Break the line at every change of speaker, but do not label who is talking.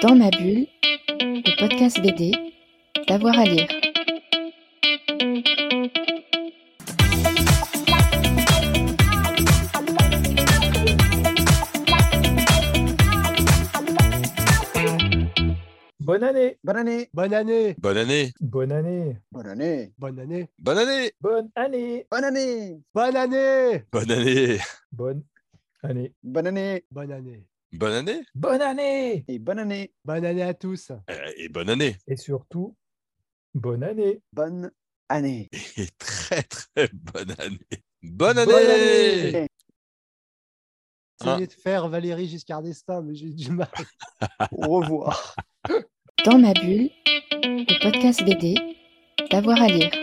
Dans ma bulle, le podcast BD, d'avoir à lire.
Bonne année
Bonne année
Bonne année
Bonne année
Bonne année
Bonne année
Bonne année
Bonne année
Bonne année
Bonne année
Bonne année
Bonne année
Bonne année
Bonne année
Bonne année
Bonne année
Bonne année
Et bonne année
Bonne année à tous
Euh, Et bonne année
Et surtout, bonne année
Bonne année
Et très très bonne année Bonne année,
Bonne année
Hein
Essayez de faire Valérie Giscard d'Estaing, mais j'ai du mal.
Au revoir
Dans ma bulle, le podcast BD, d'avoir à lire.